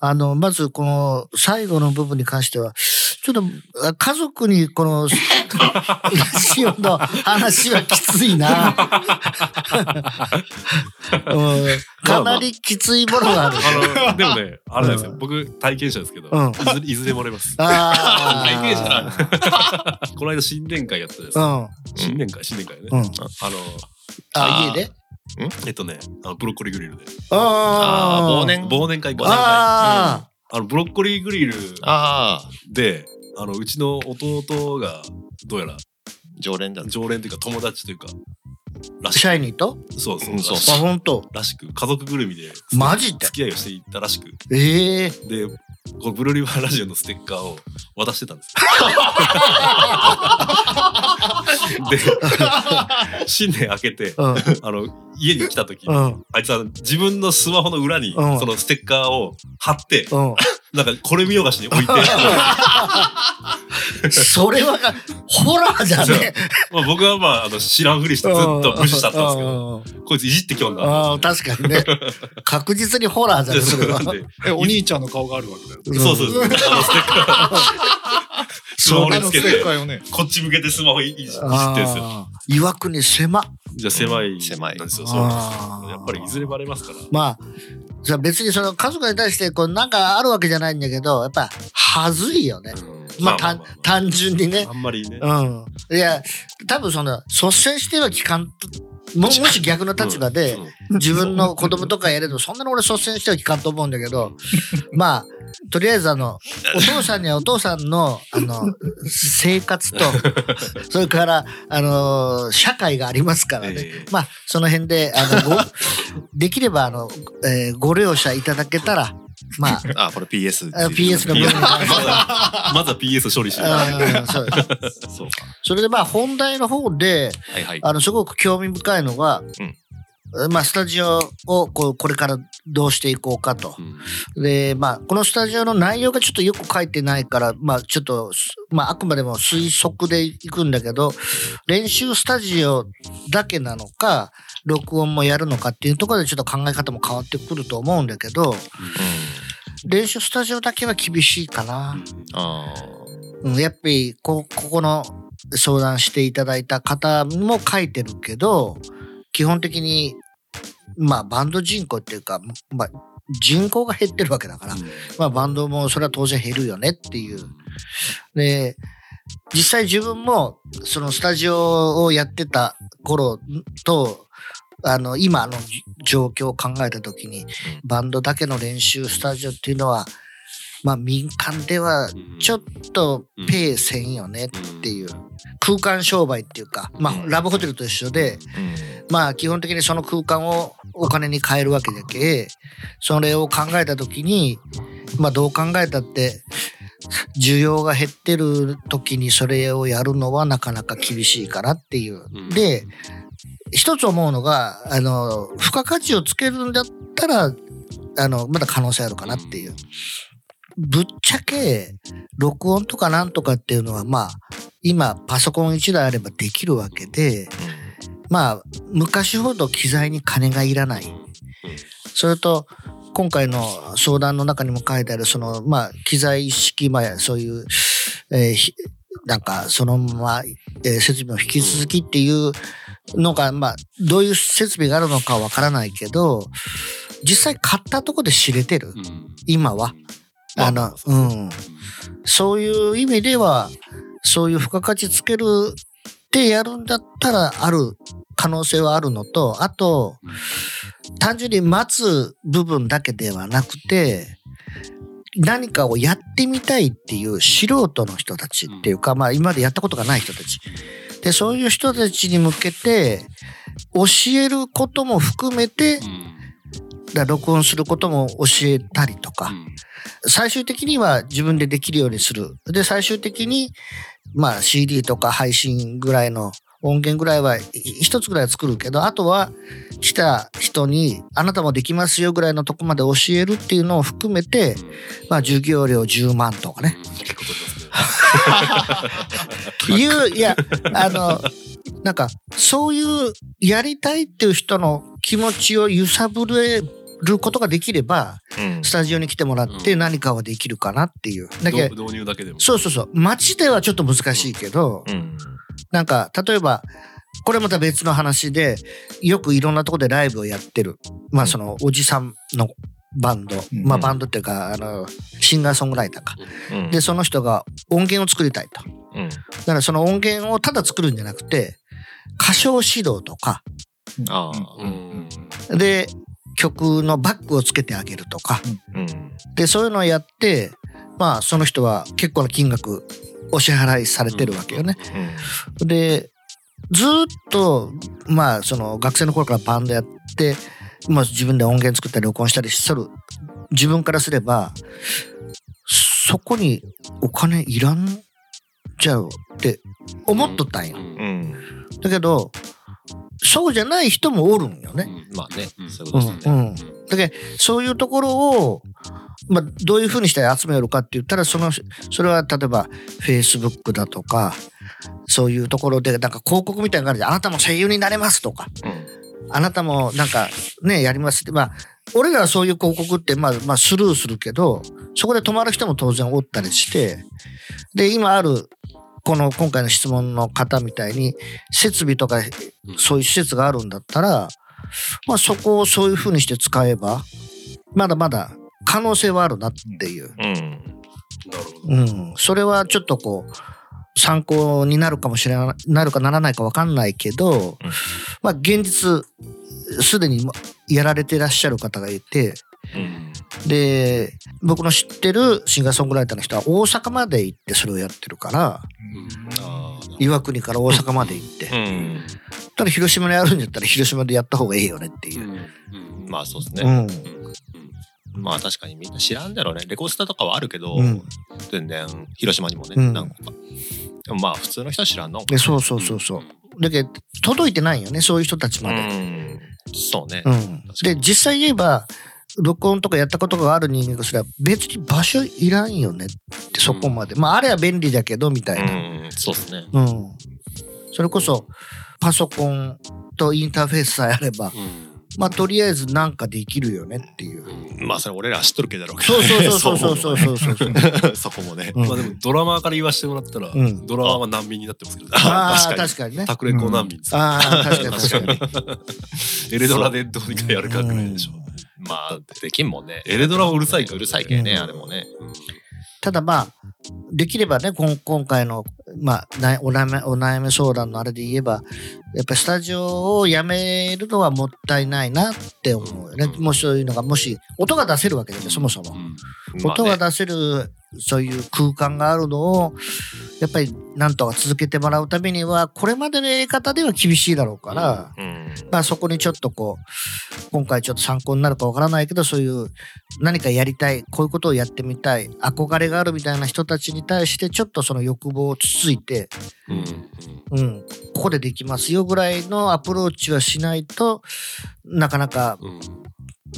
Speaker 3: あの、まずこの最後の部分に関しては、ちょっとあ家族にこのラジオの話はきついな、 うんかなりきついもの がある。
Speaker 1: あの、でもね、あれなんですよ。
Speaker 3: うん
Speaker 1: 僕、体験者ですけど、
Speaker 3: うん
Speaker 1: いずれいずれもらいます。
Speaker 3: あー
Speaker 2: 体験者な
Speaker 1: この間、新年会やったじゃないです
Speaker 3: う
Speaker 1: か。
Speaker 3: ん。
Speaker 1: 新年会、新年会ね。
Speaker 3: う
Speaker 1: あ
Speaker 3: ん。
Speaker 1: の、
Speaker 3: あ
Speaker 2: あ、
Speaker 3: 家
Speaker 2: ー
Speaker 3: で
Speaker 1: えっとね、あのブロッコリーグリルで。
Speaker 3: あ
Speaker 2: あー忘年
Speaker 1: 忘年会か。
Speaker 3: あ
Speaker 1: あの、ブロッコリーグリル
Speaker 2: ああ、
Speaker 1: で、あの、うちの弟が、どうやら、
Speaker 2: 常連だ。
Speaker 1: 常連というか、友達というか、ら
Speaker 3: ー、
Speaker 1: し
Speaker 3: シャイニーと
Speaker 1: く、そうそう
Speaker 2: うんそう
Speaker 3: あ、本当
Speaker 1: らしく、家族ぐるみで、
Speaker 3: マジで
Speaker 1: 付き合いをしていったらしく、
Speaker 3: ええ
Speaker 1: で、このブルーリバーラジオのステッカーを渡してたんですよ。で、新年明けて、
Speaker 3: うん。
Speaker 1: あの、家に来た時
Speaker 3: う、ん。
Speaker 1: あいつは自分のスマホの裏に、
Speaker 3: うん
Speaker 1: そのステッカーを貼って、
Speaker 3: うん。
Speaker 1: なんかこれ見よがしに置いて、
Speaker 3: それは、ホラーじゃね。
Speaker 1: まあ僕はまあ、あの、知らんふりしてずっと無視しちゃったんですけど、こいついじってきよんな。
Speaker 3: ああ、確かにね。 確実にホラーじゃ
Speaker 1: で
Speaker 3: ね、そ
Speaker 1: そ
Speaker 3: れ
Speaker 1: れ
Speaker 3: は
Speaker 1: な。んで
Speaker 4: え、お兄ちゃんの顔があるわけだよ。
Speaker 1: そうそうそう。あのステッカー、スマホ
Speaker 4: あ
Speaker 1: に
Speaker 4: の
Speaker 1: つけ
Speaker 4: 世
Speaker 1: て、
Speaker 4: 界をね。
Speaker 1: こっち向けてスマホいじってんすよ。
Speaker 3: あー岩国狭。
Speaker 1: じゃあ狭い。
Speaker 2: 狭い
Speaker 1: なんですよ。そうなんですよ。や
Speaker 3: や
Speaker 1: っぱりいずれバレますから。
Speaker 3: まあ、じゃあ別にその家族に対してこうなんかあるわけじゃないんだけど、やっぱ、はずいよね。まあ、単単純にね
Speaker 1: あ。んまりね
Speaker 3: う。ん。いや、多分その、率先しては聞かんと。ももし逆の立場で、 自分の子供とかやれどそんなに俺率先しては聞かんと思うんだけ どまあとりあえずあのお父さんにはお父さんのあの生活と それからあの社会がありますからね、
Speaker 1: ええ
Speaker 3: まあその辺であ のごできればあの、えーご了承いただけたらま あ
Speaker 2: あ、これ PS。
Speaker 3: あ PS の部分に
Speaker 1: ま
Speaker 3: 関しては。
Speaker 1: だ まだ PS 処理しない。
Speaker 3: うんそう
Speaker 2: そうか。
Speaker 3: それでまあ本題の方で
Speaker 2: はいはい。
Speaker 3: あのすごく興味深いのが、まあ、スタジオをこうこれからどうしていこうかと。
Speaker 1: うん
Speaker 3: で、まあ、このスタジオの内容がちょっとよく書いてないから、まあ、ちょっと、すまあ、あくまでも推測でいくんだけど、練習スタジオだけなのか、録音もやるのかっていうところでちょっと考え方も変わってくると思うんだけど、練習スタジオだけは厳しいかな。
Speaker 2: あ
Speaker 3: うん、やっぱりこ、ここの相談していただいた方も書いてるけど、基本的に、まあ、バンド人口っていうか、まあ、人口が減ってるわけだから、まあ、バンドもそれは当然減るよねっていう。で実際自分もそのスタジオをやってた頃とあの今のじ状況を考えた時にバンドだけの練習スタジオっていうのは、まあ、民間ではちょっとペーせんよねっていう空間商売っていうか、まあ、ラブホテルと一緒で、
Speaker 2: ーうん
Speaker 3: まあ基本的にその空間をお金に変えるわけだけそれを考えた時にまあどう考えたって需要が減ってる時にそれをやるのはなかなか厳しいかなっていう。
Speaker 1: うん
Speaker 3: で一つ思うのがあの付加価値をつけるんだったらあのまだ可能性あるかなっていう。ぶっちゃけ録音とかなんとかっていうのはまあ今パソコン1台あればできるわけで。まあ昔ほど機材に金がいらないそれと今回の相談の中にも書いてあるそのまあ機材一式まあそういう、えーひなんかそのまま、えー設備を引き続きっていうのがまあどういう設備があるのかわからないけど実際買ったとこで知れてる
Speaker 1: うん
Speaker 3: 今は
Speaker 1: ま
Speaker 3: あ
Speaker 1: ま
Speaker 3: の
Speaker 1: そううん
Speaker 3: そういう意味では、そういう付加価値つけるってやるんだったらある可能性はあるのと、あと、単純に待つ部分だけではなくて、何かをやってみたいっていう素人の人たちっていうか、まあ今までやったことがない人たち。で、そういう人たちに向けて、教えることも含めて
Speaker 1: う、ん
Speaker 3: から録音することも教えたりとか、最終的には自分でできるようにする。で、最終的に、まあ CD とか配信ぐらいの音源ぐらいはい一つぐらいは作るけど、あとは来た人にあなたもできますよぐらいのとこまで教えるっていうのを含めて、まあ授業料10万とかね。
Speaker 1: 結構取りますね。
Speaker 3: いう、いや、あの、なんかそういうやりたいっていう人の気持ちを揺さぶれることができれば、
Speaker 2: うん
Speaker 3: スタジオに来てもらって
Speaker 1: うん
Speaker 3: 何かはできるかなっていう。だけ
Speaker 1: 導導入だけでも。
Speaker 3: そうそうそう。街ではちょっと難しいけど、
Speaker 2: うん
Speaker 3: なんか、例えば、これまた別の話で、よくいろんなとこでライブをやってる。まあ、その、おじさんのバンド。
Speaker 4: うん
Speaker 3: まあ、バンドっていうか、あの、シンガーソングライターか。
Speaker 2: うん
Speaker 3: で、その人が音源を作りたいと。
Speaker 2: うん
Speaker 3: だから、その音源をただ作るんじゃなくて、歌唱指導とか、
Speaker 2: ああ
Speaker 1: う
Speaker 2: うん
Speaker 1: ん。
Speaker 3: で、曲のバックをつけてあげるとか、
Speaker 2: うん
Speaker 3: で、そういうのをやって、まあ、その人は結構な金額、お支払いされてるわけよね。
Speaker 2: うん
Speaker 3: でずーっとまあその学生の頃からバンドやって、まあ、自分で音源作ったり録音したりしとる自分からすればそこにお金いらんじゃうって思っとったんよ。
Speaker 1: うん。
Speaker 2: う
Speaker 1: うん
Speaker 2: ん
Speaker 3: だけどそうじゃない人もおるんよね。
Speaker 2: まあね
Speaker 1: うん
Speaker 2: そういうことで
Speaker 3: う
Speaker 2: すよね
Speaker 3: ん、だけどそういうところを、まあ、どういうふうにして集めよるかって言ったらそのそれは例えば Facebook だとかそういうところでなんか広告みたいな感じで「あなたも声優になれます」とか「あなたもなんかねやります」ってまあ俺らはそういう広告って、まあ、まあスルーするけどそこで止まる人も当然おったりしてで今あるこの今回の質問の方みたいに設備とか
Speaker 1: うん
Speaker 3: そういう施設があるんだったら、まあ、そこをそういうふうにして使えばまだまだ可能性はあるなっていう、
Speaker 2: うん
Speaker 1: なるほど。
Speaker 3: うん、それはちょっとこう参考になるかもしれななるかならないか分かんないけど、
Speaker 2: うん
Speaker 3: まあ、現実すでにやられてらっしゃる方がいて
Speaker 2: うん
Speaker 3: で僕の知ってるシンガーソングライターの人は大阪まで行ってそれをやってるから
Speaker 2: あ
Speaker 3: 岩国から大阪まで行って、
Speaker 2: あうん
Speaker 3: ただ広島にあるんだったら広島でやった方がいいよねっていうう。
Speaker 1: んうん
Speaker 2: まあそうです
Speaker 3: う
Speaker 2: ね
Speaker 3: ん
Speaker 2: まあ確かにみんな知らんだろうねレコスタとかはあるけど
Speaker 3: うん
Speaker 2: 全然広島にもね
Speaker 3: うん
Speaker 2: 何個かでもまあ普通の人は知らんの
Speaker 3: でそうそうそうそう。だけど届いてないよねそういう人たち
Speaker 2: う
Speaker 3: まで。
Speaker 2: んそうね
Speaker 3: うんで実際言えば録音とかやったことがある人間とすれば別に場所いらんよねってそこまで、まああれは便利だけどみたいな、
Speaker 2: うんそうですね
Speaker 3: うんそれこそパソコンとインターフェースさえあれば
Speaker 1: うん
Speaker 3: まあとりあえずなんかできるよねっていう
Speaker 1: う。ん
Speaker 2: まあそれ俺ら知っとるけどだろうけ
Speaker 3: そ
Speaker 2: ど
Speaker 3: う
Speaker 2: ね
Speaker 3: そう そうそうそうそう そうそう。
Speaker 2: そうそこもね
Speaker 3: うん
Speaker 1: まあでもドラマーから言わせてもらったら、
Speaker 3: うん
Speaker 1: ドラマーは難民になってますけど、ね、
Speaker 3: ああ
Speaker 2: 確かに
Speaker 3: 確かにね。
Speaker 1: タクレコ難民です、
Speaker 3: ああ確かに確か に。
Speaker 1: エレドラでどうにかやるかぐらいでしょう、
Speaker 2: まあできんもんね
Speaker 1: エレドラはうるさいから
Speaker 2: うるさいけどね
Speaker 3: うん
Speaker 2: あれもね
Speaker 1: うん
Speaker 3: ただまあできればねこん今回の、まあ、なお悩みお悩み相談のあれで言えばやっぱスタジオをやめるのはもったいないなって思うよね、
Speaker 1: うん
Speaker 3: もしそういうのがもし音が出せるわけですよそもそも、
Speaker 1: うん
Speaker 2: まあ
Speaker 3: 音が
Speaker 2: ね
Speaker 3: 出せるそういう空間があるのをやっぱりなんとか続けてもらうためにはこれまでのやり方では厳しいだろうから。
Speaker 2: うん
Speaker 3: まあそこにちょっとこう今回ちょっと参考になるかわからないけどそういう何かやりたいこういうことをやってみたい憧れがあるみたいな人たちに対してちょっとその欲望をつついて、
Speaker 1: うん
Speaker 3: うん、ここでできますよぐらいのアプローチはしないとなかなか、
Speaker 1: うん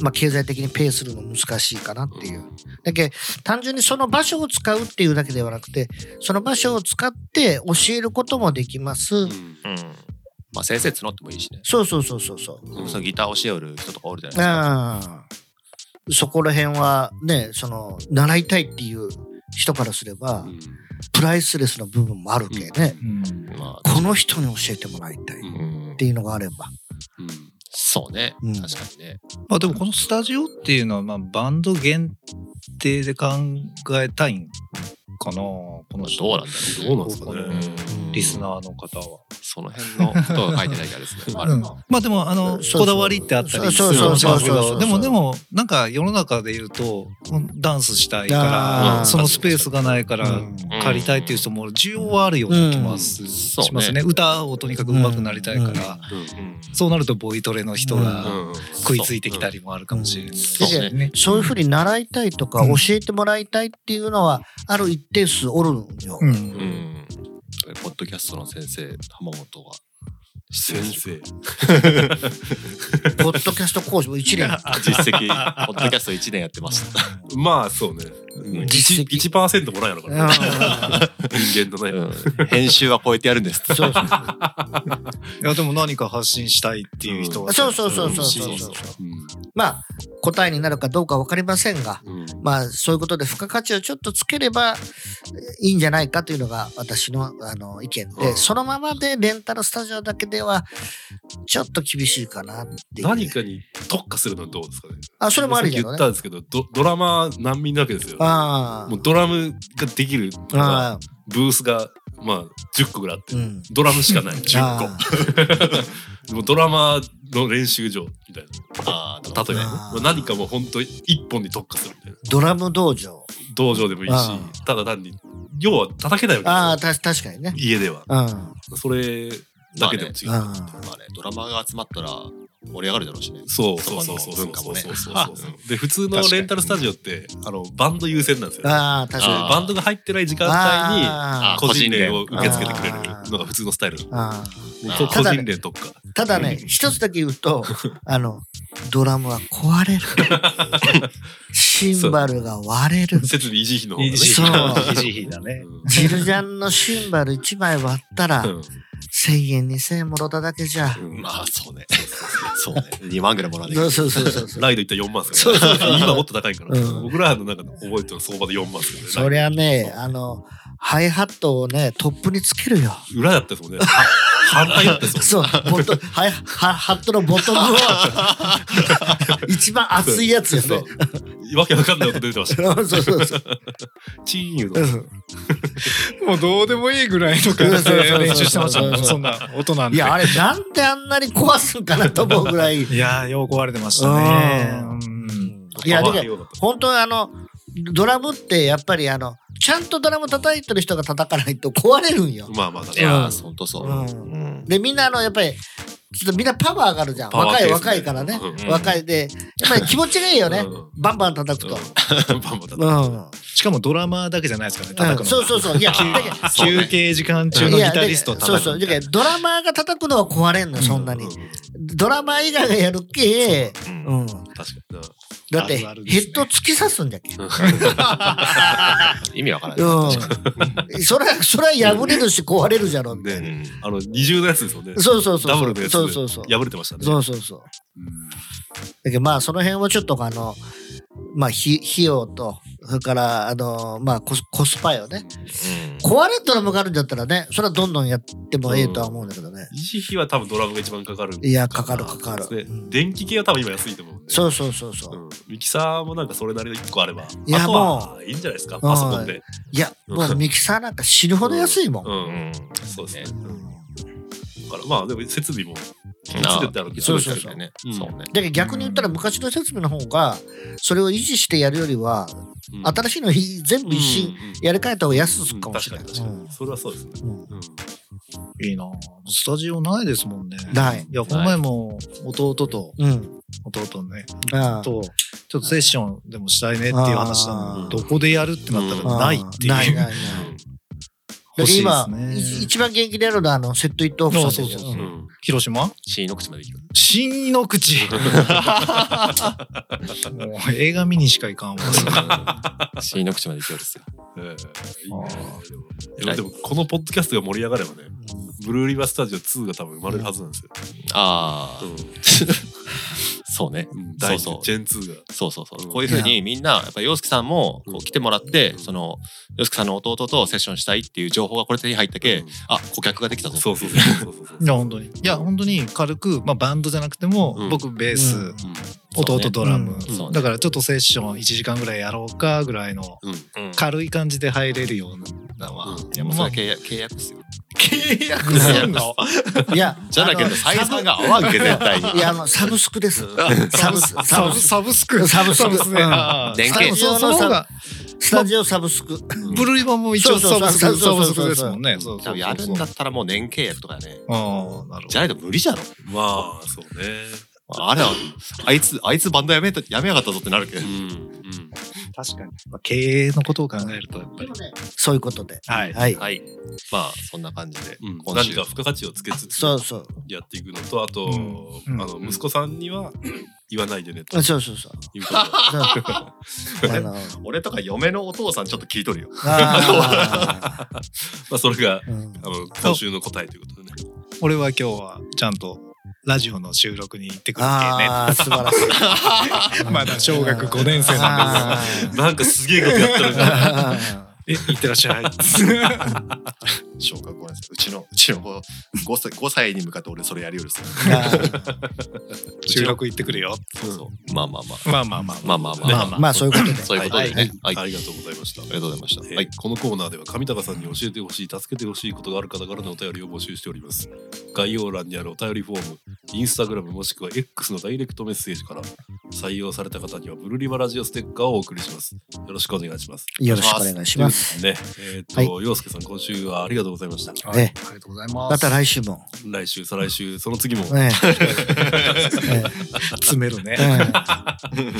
Speaker 3: まあ、経済的にペイするの難しいかなっていう。だけど単純にその場所を使うっていうだけではなくてその場所を使って教えることもできます。
Speaker 1: うん
Speaker 2: うんまあ先生募ってもいいしね
Speaker 3: そうそうそうそうそう。
Speaker 1: うん
Speaker 2: そのギター教えよる人とかおるじゃないですか
Speaker 3: ああそこら辺はねその習いたいっていう人からすれば、
Speaker 1: うん
Speaker 3: プライスレスの部分もあるけね、
Speaker 4: うん
Speaker 2: まあ
Speaker 3: この人に教えてもらいたいっ
Speaker 1: うん
Speaker 2: うん
Speaker 3: ていうのがあれば、
Speaker 1: うん
Speaker 2: そうね
Speaker 3: うん
Speaker 2: 確かにね
Speaker 4: まあでもこのスタジオっていうのはまあバンド限定で考えたいんかなこの人
Speaker 2: どうなんだろ
Speaker 1: ど
Speaker 2: う
Speaker 1: うなんですかね
Speaker 4: ここの
Speaker 2: うん
Speaker 4: リスナーの方は。
Speaker 2: その辺のことが書いてないからですね。まあ
Speaker 4: うんまあでもあ
Speaker 3: そ
Speaker 4: の
Speaker 3: うそう
Speaker 4: こだわりってあったり
Speaker 3: そう
Speaker 2: そうそう
Speaker 4: するんですけど
Speaker 3: そうそうそうそう
Speaker 4: でもでもなんか世の中で言うとうんダンスしたいか
Speaker 3: あー
Speaker 4: らそのスペースがないから
Speaker 2: ん
Speaker 4: 借りたいっていう人も需要はあるような気もす
Speaker 2: うん
Speaker 4: し
Speaker 2: そうね
Speaker 4: ますね歌をとにかく上手くなりたい
Speaker 2: う
Speaker 4: から
Speaker 2: ん
Speaker 4: そうなるとボイトレの人が
Speaker 1: うん
Speaker 4: 食いついてきたりもあるかもしれない
Speaker 2: そうね
Speaker 4: ね
Speaker 3: そういうふうに習いたいとか
Speaker 4: うん
Speaker 3: 教えてもらいたいっていうのはある一定数おるんよ。
Speaker 4: う
Speaker 2: うんん。ポッドキャストの先生、浜本は。
Speaker 1: 先生。
Speaker 3: ポッドキャスト講師も一年。
Speaker 2: 実績、 ポッドキャスト1年やってました。
Speaker 1: まあそうね。
Speaker 2: ん
Speaker 1: 実績1%もらえなか
Speaker 3: う
Speaker 1: ら
Speaker 3: ん
Speaker 1: ね、人間のね。
Speaker 2: うん編集は超えてやるんです。
Speaker 3: そう
Speaker 4: いやでも何か発信したいっていう人は
Speaker 3: そうそうそう そうそううんそ
Speaker 1: う
Speaker 3: う。
Speaker 1: ん
Speaker 3: まあ答えになるかどうか分かりませんが、
Speaker 1: うん
Speaker 3: まあそういうことで付加価値をちょっとつければえいいんじゃないかというのが私のあの意見で、
Speaker 1: うん
Speaker 3: そのままでレンタルスタジオだけではちょっと厳しいかなっていう。
Speaker 1: 何かに特化するのはどうですかね。
Speaker 3: あそれもありだ
Speaker 1: さ
Speaker 3: よ
Speaker 1: っき言っ
Speaker 3: ね
Speaker 1: た。んですけど、ドドラマー難民なわけですよ。
Speaker 3: ああ。
Speaker 1: もうドラムができるのが
Speaker 3: ああ
Speaker 1: ブースがまあ10個ぐらいあって、
Speaker 3: うん。
Speaker 1: ドラムしかない10個
Speaker 3: あ。
Speaker 1: でもドラマーの練習場みたい
Speaker 2: あ
Speaker 1: な。例えばね、
Speaker 3: あ
Speaker 1: ま
Speaker 3: ー
Speaker 1: あ何かもう本当一本に特化するみたいな。
Speaker 3: ドラム道場。
Speaker 1: 道場でもいいし
Speaker 3: あ、
Speaker 1: ただ単に要は叩けない
Speaker 3: ああ
Speaker 1: わけで
Speaker 3: た確かにね。
Speaker 1: すよ。家では。
Speaker 3: うん。うん。
Speaker 1: それだけでも違う。
Speaker 2: まあね、ドラマーが集まったら盛り上がるだろうしね。
Speaker 1: そうそうそうそう
Speaker 2: そこの
Speaker 1: そう
Speaker 2: 文化もね
Speaker 1: そうそうそうそうで普通のレンタルスタジオってあのバンド優先なんですよ、
Speaker 3: ああ確
Speaker 1: そう
Speaker 3: か
Speaker 2: あ
Speaker 3: に。
Speaker 1: バンドが入ってない時間帯に
Speaker 3: あ
Speaker 2: ー
Speaker 1: 個人連を受け付けてくれるのが普通のスタイル
Speaker 3: ああ
Speaker 2: あ
Speaker 1: 個
Speaker 2: ー
Speaker 1: 人連特化
Speaker 3: ただね、一つだけ言う と、あの、ドラムは壊れる。シンバルが割れる。
Speaker 1: 設備維持費の方がね
Speaker 3: そう
Speaker 4: ひじひだね
Speaker 1: うん
Speaker 3: ジルジャンのシンバル1枚割ったら、1000円2000円もろただけじゃ。
Speaker 1: うん
Speaker 2: まあ、 そ うね。そうね。2万ぐらいもらわない
Speaker 3: そう
Speaker 2: と
Speaker 3: そうそうそうそう。
Speaker 1: ライド行ったら4万ですから
Speaker 3: そうそうそう
Speaker 1: 今もっと高いから、
Speaker 3: うん
Speaker 1: 僕らの中で覚えてる相場で4万ですから
Speaker 3: そりゃね、あの、ハイハットをね、トップにつけるよ。
Speaker 1: 裏だったですもん ね反対だったです
Speaker 3: そう、ボ トハイハハットのボトム を、一番熱いやつよ
Speaker 1: もん
Speaker 3: ね。
Speaker 1: ねそうわけわかんないこと出てました
Speaker 3: そうそうそうそう。
Speaker 1: チーン言う
Speaker 3: う
Speaker 1: の
Speaker 3: ん
Speaker 4: もうどうでもいいぐらいの感じで練習してましたもんそんな音な
Speaker 3: い
Speaker 4: んて
Speaker 3: や、あれ、なんであんなに壊すんかなと思うぐらい。
Speaker 4: いやーよう壊れてましたね
Speaker 3: う
Speaker 4: うん
Speaker 3: いや、だけど
Speaker 1: よかっ
Speaker 3: 本当はあの、ドラムってやっぱりあの、ちゃんとドラム叩いてる人が叩かないと壊れるんよ
Speaker 1: た。まあまあだ
Speaker 2: い
Speaker 1: から
Speaker 2: や
Speaker 3: うん
Speaker 2: ー、ほんとそうう。
Speaker 3: ん。
Speaker 2: うん
Speaker 3: で、みんなあの、やっぱり、ちょっとみんなパワー上がるじゃん。
Speaker 1: パワー系です
Speaker 3: 若い
Speaker 1: ね
Speaker 3: 若いからね。
Speaker 1: うん
Speaker 3: 若いで、やっぱり気持ちがいいよね。
Speaker 1: うん
Speaker 3: バンバン叩くと。
Speaker 1: うんバンバンだった
Speaker 3: うん。
Speaker 4: しかもドラマーだけじゃないですからね叩くの
Speaker 3: うん
Speaker 4: が
Speaker 3: そうそうそう。い や、だ
Speaker 2: あ
Speaker 3: けど
Speaker 2: ーそうね
Speaker 4: 休憩時間中の
Speaker 3: い
Speaker 4: ギ
Speaker 3: や
Speaker 4: タリストを
Speaker 3: だけど
Speaker 4: 叩
Speaker 3: そうそう。
Speaker 4: く
Speaker 3: だけどドラマーが叩くのは壊れんの、そんなに。ドラマー以外がやるけ、
Speaker 2: うん
Speaker 3: うん。
Speaker 1: 確かにな
Speaker 3: だって、
Speaker 4: あるあるです
Speaker 3: ヘ
Speaker 4: ね
Speaker 3: ッド突き刺すんじゃけ。
Speaker 2: 意味わからない。
Speaker 3: うん。それは、それは破れるし壊れるじゃろ、みたいな。
Speaker 2: う
Speaker 1: ね
Speaker 2: ん
Speaker 1: あの二重のやつですよね
Speaker 3: そうそうそう。
Speaker 1: ダブルのやつ
Speaker 3: そうそうそう。
Speaker 1: 破れてましたね
Speaker 3: そうそうそう。
Speaker 1: うん
Speaker 3: だけどまあその辺をちょっとあの、まあ費費用と、それからあの、まあコスコスパよね。壊れたらもがあるんだったらね、それはどんどんやってもええとは思うんだけどね。
Speaker 1: 維持費は多分ドラムが一番かかる
Speaker 3: いや、かかるかかる。
Speaker 1: で
Speaker 3: うん
Speaker 1: 電気系は多分今安いと思うんで
Speaker 3: そうそうそうそう。
Speaker 1: うんミキサーもなんかそれなりの1個あれば
Speaker 3: いや
Speaker 1: あとはいいんじゃないですかパソコンで
Speaker 3: いや、もうミキサーなんか死ぬほど安いもん。
Speaker 1: う
Speaker 2: うんん。
Speaker 1: そうですね
Speaker 3: うん
Speaker 1: だからまあでも設備も
Speaker 2: な
Speaker 1: つけてあるんで
Speaker 2: そ
Speaker 3: そうう
Speaker 2: そ
Speaker 3: そうう
Speaker 2: そ
Speaker 3: そうう
Speaker 2: ね。
Speaker 1: うん
Speaker 2: そうね。
Speaker 3: だけど逆に言ったら昔の設備の方がそれを維持してやるよりは新しいのい全部一新やり替えた方が安
Speaker 1: う
Speaker 3: く
Speaker 1: ん
Speaker 3: かもし
Speaker 1: 確
Speaker 3: れ
Speaker 1: か
Speaker 3: な
Speaker 1: に確か
Speaker 3: い。
Speaker 1: にそれはそうですね
Speaker 3: うんうん
Speaker 1: うん
Speaker 4: いいなぁスタジオないですもんね
Speaker 3: ない
Speaker 4: いやこの前も弟と
Speaker 3: うん。
Speaker 4: 弟ね
Speaker 3: ああ
Speaker 4: とちょっとセッションでもしたいねっていう話したの
Speaker 1: あー
Speaker 4: にどこでやるってなったらないっていう
Speaker 3: ないないない。だ
Speaker 4: 欲
Speaker 3: け
Speaker 4: しいで
Speaker 3: ど
Speaker 4: す
Speaker 3: 今、
Speaker 4: ね
Speaker 3: い一番元気であるのはあのセットイットオフさんです
Speaker 4: そう
Speaker 3: よ
Speaker 4: そううん広島
Speaker 2: 死にの口まで行く。
Speaker 4: 新の口 もう映画見にしか行かんわ
Speaker 2: 死にの口まで行くようですよ。
Speaker 1: ええいいねでもいや
Speaker 4: あ
Speaker 1: でもこのポッドキャストが盛り上がればねブルーリバースタジオ2が多分生まれるはずなんですよ
Speaker 2: ああ。
Speaker 1: う
Speaker 2: そうね。
Speaker 1: ん第一
Speaker 2: そうそう
Speaker 1: ジェン2が
Speaker 2: そうそうそうう。
Speaker 1: ん
Speaker 2: こういうふうにみんな、やっぱり洋介さんもこう来てもらって、
Speaker 1: うん
Speaker 2: その、洋介さんの弟とセッションしたいっていう情報がこれ手に入ったけ、
Speaker 1: うん
Speaker 2: あ、顧客ができたぞ。
Speaker 1: そうそうそうそう そう
Speaker 4: いや本当にいや本当に軽く、まあ、バンドじゃなくても、
Speaker 1: うん
Speaker 4: 僕ベース、
Speaker 3: うん
Speaker 4: 弟ドラム、
Speaker 1: うん
Speaker 2: そうね
Speaker 4: だからちょっとセッション1時間ぐらいやろうかぐらいの
Speaker 1: うん
Speaker 2: うん。
Speaker 4: 軽い感じで入れるようなのは、
Speaker 1: うん
Speaker 2: いやもうそれは契約契約ですよ。
Speaker 4: 契約
Speaker 2: いや、
Speaker 4: すんの
Speaker 3: い や
Speaker 2: じゃなけど、採算が合わんけ、絶対に
Speaker 3: あの。いや、あの、サブスクです。サブスク。
Speaker 4: サ
Speaker 3: サ
Speaker 4: ブ
Speaker 3: ブ
Speaker 4: ス
Speaker 3: ス
Speaker 4: サブスク。
Speaker 3: サブスク
Speaker 4: ね。
Speaker 3: うん
Speaker 4: ああ
Speaker 2: 電源
Speaker 4: スタジオの方が、
Speaker 3: スタジオサブスク。
Speaker 4: ブルーイ版も一応
Speaker 3: そ
Speaker 4: サ
Speaker 3: うそ
Speaker 4: ブ
Speaker 3: う
Speaker 4: スク、サ
Speaker 3: そう
Speaker 4: ブ
Speaker 3: そ
Speaker 4: ス
Speaker 3: うそう
Speaker 4: クですもんね。そう
Speaker 2: 多
Speaker 4: そうそうそう
Speaker 2: 分やるんだったらもう年契約とかやね。
Speaker 4: ああ、なるほ
Speaker 2: じゃないと無理じゃろ。
Speaker 1: まあ、そうね。
Speaker 2: あれは、あいつ、あいつバンドやめた、やめやがったぞってなるけ
Speaker 1: う
Speaker 2: ど。
Speaker 1: ん。うん。
Speaker 4: ど。確かに。まあ経営のことを考えると、やっぱり。
Speaker 3: そういうことで。
Speaker 4: はい。
Speaker 3: はい。
Speaker 2: はい。まあ、そんな感じで
Speaker 1: うん、、
Speaker 2: 今
Speaker 1: 何
Speaker 2: 週
Speaker 1: か。付加価値をつけつつ
Speaker 3: そうそう。
Speaker 1: やっていくのとあと、
Speaker 4: うん
Speaker 1: あの息子さんには言わないでねと
Speaker 3: そうそう そう。そう
Speaker 1: いうことで
Speaker 3: あの、
Speaker 2: 俺とか嫁のお父さんちょっと聞いとるよ。
Speaker 3: あ
Speaker 1: まあそれが
Speaker 3: ーうん
Speaker 1: あの今週の答えということでね
Speaker 4: 俺は今日は、ちゃんと、ラジオの収録に行ってくるっていうね。。
Speaker 3: あー、素晴らしい
Speaker 4: まだ小学五年生なん
Speaker 3: です
Speaker 1: なんかすげえことやったるじゃん
Speaker 4: え、行ってらっ しゃい。
Speaker 2: 小学校なんですうちの、うちの子5歳、5歳に向かって俺それやるよりする。
Speaker 4: 収録行ってくるよ。
Speaker 1: そうそう
Speaker 2: まあまあまあ。
Speaker 4: まあまあまあ。
Speaker 2: まあまあまあ
Speaker 3: まあまあそういうこと で。
Speaker 2: そういうことでね。はい。あ
Speaker 1: ありがとうございました
Speaker 2: りがとうございました。
Speaker 1: えー
Speaker 2: はい。
Speaker 1: このコーナーでは上高さんに教えてほしい助けてほしいことがある方からのお便りを募集しております概要欄にあるお便りフォームインスタグラムもしくは X のダイレクトメッセージから採用された方にはブルリマラジオステッカーをお送りしますよろしくお願いします
Speaker 3: よろしくお願いします。
Speaker 1: ねえっ、と、陽介さん今週はありがとうございました
Speaker 4: はい。
Speaker 3: ね
Speaker 4: ありがとうございます。
Speaker 3: また来週も。
Speaker 1: 来週再来週その次も
Speaker 3: ねね
Speaker 4: 詰めるね。
Speaker 1: えー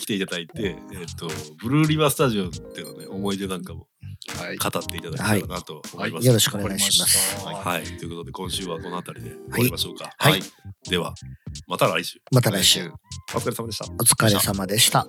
Speaker 1: 来ていただいて、えー、とブルーリバースタジオっていうのね思い出なんかも
Speaker 4: はい。
Speaker 1: 語っていただけたらなと思います、
Speaker 3: うんよろしくお願いします。
Speaker 1: はい、ということで今週はこの辺りで終わりましょうか、
Speaker 3: はい
Speaker 1: ではまた来週
Speaker 3: また来週。
Speaker 1: お疲れ様でした
Speaker 3: お疲れ様でした。